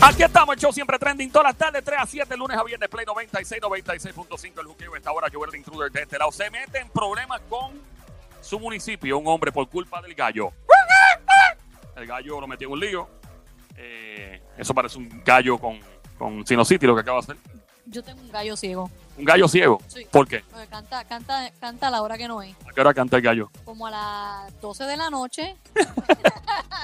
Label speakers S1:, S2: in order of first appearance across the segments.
S1: Aquí estamos, el show siempre trending todas las tardes, 3 a 7, lunes a viernes, Play 96, 96.5, el juqueo. Esta hora yo el intruder de este lado. Se mete en problemas con su municipio, un hombre por culpa del gallo. El gallo lo metió en un lío. Eh, eso parece un gallo con, con sinosity, lo que acaba de hacer.
S2: Yo tengo un gallo ciego.
S1: Un gallo ciego.
S2: Sí.
S1: ¿Por qué?
S2: Porque canta, canta, canta a la hora que no es.
S1: ¿A qué hora canta el gallo?
S2: Como a las 12 de la noche. Pues,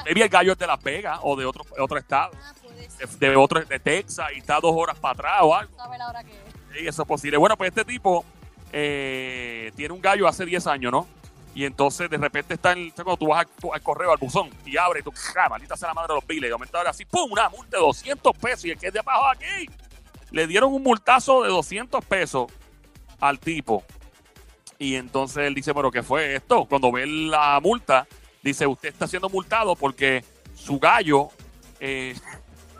S1: Maybe el gallo es de Las Vegas o de otro, otro estado,
S2: Ah, puede ser.
S1: de, de otro, de Texas, y está dos horas para atrás o algo.
S2: Sabe la hora que es.
S1: Sí, eso es posible. Bueno, pues este tipo eh, tiene un gallo hace 10 años, ¿no? Y entonces de repente está en el, cuando tú vas al, al correo, al buzón, y abre, y tú, ¡ah, maldita sea la madre de los piles! Y de momento abre así, ¡pum! Una multa de 200 pesos. Y el que es de abajo aquí, le dieron un multazo de 200 pesos al tipo. Y entonces él dice, ¿pero qué fue esto? Cuando ve la multa, dice, usted está siendo multado porque su gallo, eh,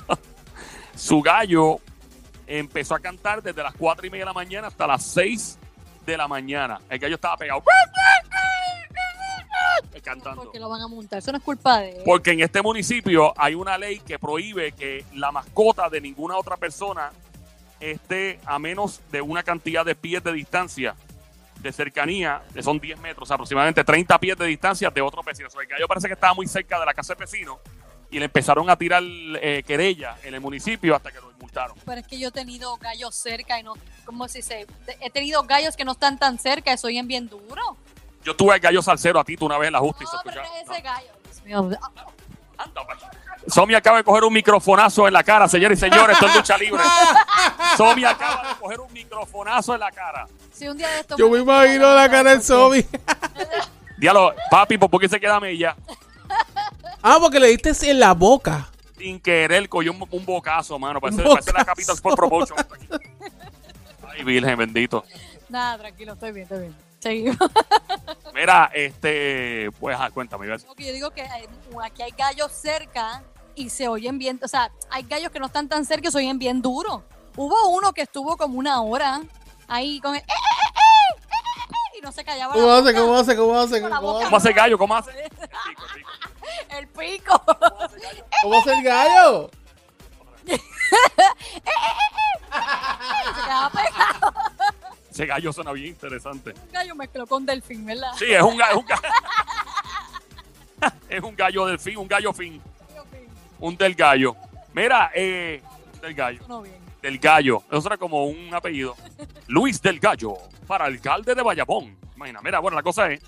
S1: su gallo empezó a cantar desde las 4 y media de la mañana hasta las 6 de la mañana. El gallo estaba pegado. Cantando.
S2: Porque lo van a montar. Eso no es culpa de él.
S1: Porque en este municipio hay una ley que prohíbe que la mascota de ninguna otra persona esté a menos de una cantidad de pies de distancia, de cercanía, que son 10 metros, aproximadamente 30 pies de distancia de otro vecino. O sea, el gallo parece que estaba muy cerca de la casa del vecino y le empezaron a tirar eh, querella en el municipio hasta que lo multaron.
S2: Pero es que yo he tenido gallos cerca y no. ¿Cómo se dice? He tenido gallos que no están tan cerca y soy en bien duro.
S1: Yo tuve el gallo salsero a Tito una vez en la justicia.
S2: No, pero
S1: escucha.
S2: es ese gallo. Dios mío. Ah,
S1: No, anda, pa' allá. Somi acaba de coger un microfonazo en la cara, señores y señores, esto es lucha libre. Somi acaba de coger un microfonazo en la cara.
S2: Si un día de estos
S3: Yo me imagino la cara de Sobi.
S1: Diablo, papi, ¿por qué se queda ella?
S3: Ah, porque le diste en la boca.
S1: Sin querer, cogió un, un bocazo, mano. Parece,
S3: Un bocazo.
S1: parece la Capital Sport Promotion. Ay, virgen, bendito.
S2: Nada, tranquilo, estoy bien, estoy bien. Seguimos.
S1: Mira, este, pues, ah, cuéntame. Iba a decir.
S2: Porque yo digo que hay- aquí hay gallos cerca y se oyen bien, o sea, hay gallos que no están tan cerca y se oyen bien duro. Hubo uno que estuvo como una hora ahí con el... ¡Eh, eh, eh, eh, eh, eh", y no se callaba
S3: ¿Cómo
S2: la
S3: hace?
S2: boca.
S3: ¿Cómo hace? ¿Cómo hace?
S2: Con
S3: ¿Cómo
S2: la boca.
S3: hace?
S1: ¿Cómo hace el gallo? ¿Cómo hace? El pico, el pico.
S2: El pico.
S3: ¿Cómo hace el gallo?
S2: se quedaba pegado.
S1: Ese gallo suena bien interesante.
S2: Un gallo mezcló con delfín, ¿verdad?
S1: Sí, es un gallo. es un gallo del fin, un gallo fin. Un del gallo. Mira, eh, del gallo.
S2: No bien.
S1: Del gallo. Eso era como un apellido. Luis del Gallo, para alcalde de Bayamón. Imagina, mira, bueno, la cosa es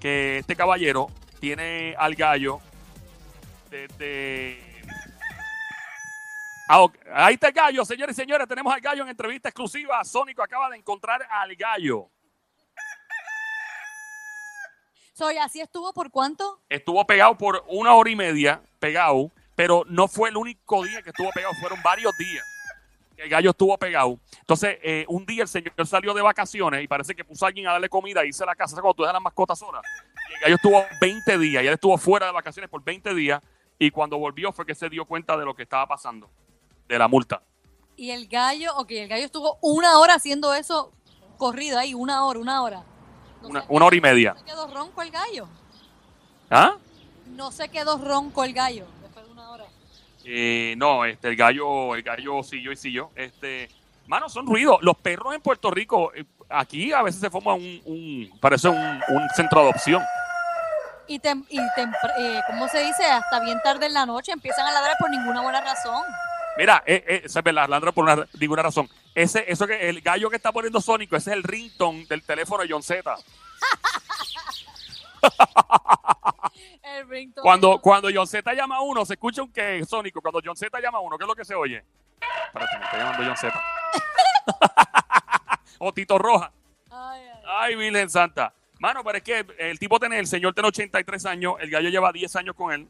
S1: que este caballero tiene al gallo desde. Ah, ok. Ahí está el gallo, señores y señores. Tenemos al gallo en entrevista exclusiva. Sónico acaba de encontrar al gallo.
S2: Soy así estuvo por cuánto?
S1: estuvo pegado por una hora y media, pegado, pero no fue el único día que estuvo pegado, fueron varios días. que El gallo estuvo pegado. Entonces, eh, un día el señor salió de vacaciones y parece que puso a alguien a darle comida y hice la casa cuando tú dejas las mascotas solas. Y el gallo estuvo 20 días y él estuvo fuera de vacaciones por 20 días y cuando volvió fue que se dio cuenta de lo que estaba pasando, de la multa.
S2: Y el gallo, ok, el gallo estuvo una hora haciendo eso corrido ahí, una hora, una hora. No
S1: Una,
S2: se-
S1: una hora y media.
S2: no se quedó ronco el gallo.
S1: ¿Ah?
S2: No se quedó ronco el gallo después de una hora.
S1: Eh, no, este, el gallo, el gallo siguió y siguió. Este, mano, son ruidos. Los perros en Puerto Rico, eh, aquí a veces se forma un, un- parece un, un centro de adopción.
S2: Y, tem- y tempr- eh, ¿cómo se dice? Hasta bien tarde en la noche empiezan a ladrar por ninguna buena razón.
S1: Mira, eh, eh, esa es verdad, Landra, por una- ninguna razón. Ese, eso que el gallo que está poniendo Sónico, ese es el ringtone del teléfono de John Z.
S2: El ringtone.
S1: Cuando, cuando John Z llama a uno, se escucha un que Sónico. Cuando John Z llama a uno, ¿qué es lo que se oye? Espérate, me está llamando John Z. o Tito Roja.
S2: Ay, ay.
S1: Ay, Virgen Santa. Mano, pero es que el tipo tiene, el señor tiene 83 años, el gallo lleva 10 años con él.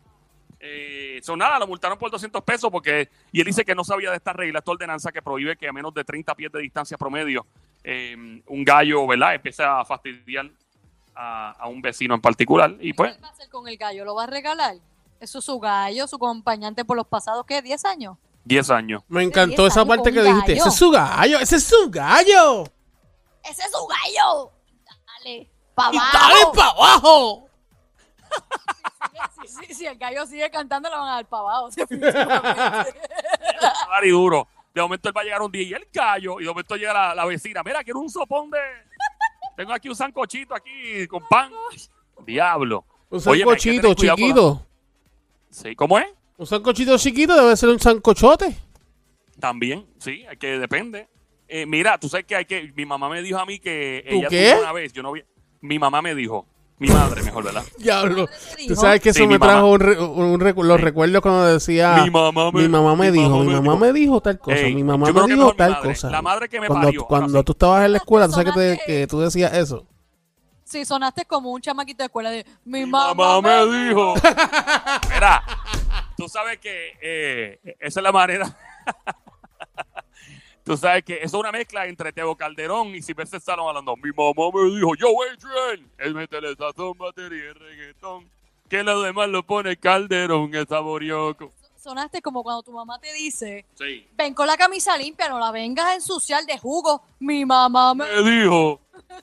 S1: Eh, son nada, lo multaron por 200 pesos porque, y él dice que no sabía de esta regla, esta ordenanza que prohíbe que a menos de 30 pies de distancia promedio eh, un gallo, ¿verdad?, empiece a fastidiar a, a un vecino en particular. Y pues,
S2: ¿Qué va a hacer con el gallo? ¿Lo va a regalar? Eso es su gallo, su acompañante por los pasados, ¿qué? ¿10 años?
S1: 10 años.
S3: Me encantó esa
S2: gallo,
S3: parte
S2: un
S3: que dijiste.
S2: gallo.
S3: Ese es su gallo. Ese es su gallo.
S2: ¡Ese es su gallo! Dale, pa'
S3: Y dale
S2: abajo.
S3: para abajo.
S2: Si, si- si el gallo sigue cantando, lo van a dar pa' abajo. definitivamente.
S1: dar y duro. De momento él va a llegar un día y el gallo, y de momento llega la, la vecina. Mira, quiero un sopón de. Tengo aquí un sancochito aquí con pan. Diablo.
S3: Un
S1: Oye, pero hay que
S3: sancochito
S1: tener cuidado con la-
S3: chiquito.
S1: Sí, ¿cómo es?
S3: Un sancochito chiquito debe ser un sancochote.
S1: También, sí, hay que depende. Eh, mira, tú sabes que hay que. Mi mamá me dijo a mí que
S3: ¿Tú
S1: ella
S3: qué?
S1: tuvo una vez. Yo no vi. Mi mamá me dijo. Mi madre, mejor, ¿verdad?
S3: Diablo.
S2: te
S3: Tú
S2: dijo?
S3: sabes que
S1: Sí,
S3: eso
S1: mi
S3: me
S1: mamá.
S3: trajo un re- un recu- los recuerdos cuando decía.
S1: Mi mamá me-
S3: mi mamá me
S1: mi
S3: dijo,
S1: mamá
S3: mi
S1: me
S3: mamá
S1: dijo".
S3: me dijo tal cosa,
S1: Ey,
S3: mi mamá
S1: yo
S3: me
S1: creo que
S3: dijo
S1: mejor mi
S3: tal
S1: madre,
S3: cosa.
S1: la madre que me
S3: cuando
S1: parió,
S3: cuando
S1: ahora sí.
S3: tú estabas en la
S2: Las
S3: escuela, tú sabes que,
S2: personas
S3: te-
S2: que-
S3: que tú decías eso.
S2: Sí, sonaste como un chamaquito de escuela de mi,
S1: Mi
S2: mamá,
S1: mamá
S2: me
S1: me dijo. Mira, tú sabes que eh, esa es la manera. tú sabes que eso es una mezcla entre Teo Calderón y Silvestre Stallone hablando. Mi mamá me dijo, yo Adrian, el metalesazón, batería y reggaetón. Que los demás lo pone Calderón, el saborioco.
S2: Sonaste como cuando tu mamá te dice,
S1: Sí.
S2: ven con la camisa limpia, no la vengas a ensuciar de jugo. Mi mamá me...
S1: Me dijo.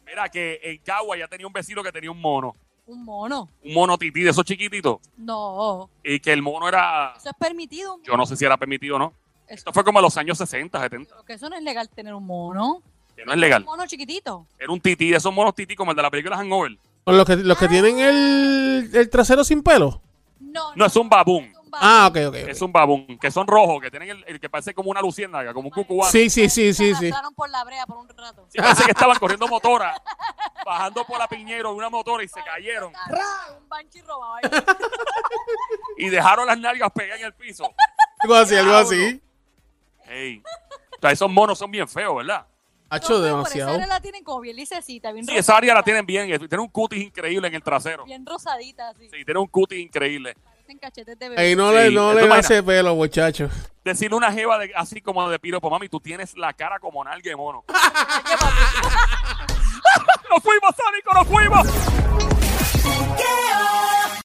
S1: Mira que en Cagua ya tenía un vecino que tenía un mono.
S2: Un mono.
S1: Un mono tití de esos chiquititos.
S2: No,
S1: Y que el mono era...
S2: eso es permitido.
S1: Yo no sé si era permitido o no.
S2: Eso,
S1: Esto fue como a los años 60, 70.
S2: creo que eso no es legal tener un mono.
S1: Que no es legal.
S2: Un mono chiquitito.
S1: Era un tití, de esos monos tití como el de la película Hangover.
S3: Con los que, los que tienen el, el trasero sin pelo.
S2: No,
S1: No, es un babún.
S2: es un
S3: Ah, ok, ok. ok.
S1: Es un babún, que son rojos, que tienen el, el que parece como una luciérnaga, como un cucubano.
S3: Sí, sí, sí,
S2: Se
S3: sí, sí.
S2: arrastraron por la brea por un rato.
S1: Sí, parece que estaban corriendo motora, bajando por la piñero de una motora y se cayeron.
S2: Ah, Un banshee robado ahí.
S1: Y dejaron las nalgas pegadas en el piso.
S3: Algo así, algo así.
S1: Ey. O sea, esos monos son bien feos, ¿verdad?
S3: Hacho
S2: No, pero por Esa
S3: demasiado.
S2: área la tienen como bien lisecita, bien
S1: Sí,
S2: rosadita,
S1: esa área la tienen bien. Tienen un cutis increíble en el trasero.
S2: Bien rosadita, así.
S1: Sí, tienen un cutis increíble.
S2: Parecen cachetes de bebé.
S3: Ahí no
S1: Sí,
S3: le, no
S1: ¿tú
S3: le
S1: imaginas?
S3: hace pelo, muchacho.
S1: Decirle una jeva de- así como de piropo, mami, tú tienes la cara como nalga de mono. ¡Nos fuimos, Sónico, nos fuimos!
S4: Yeah.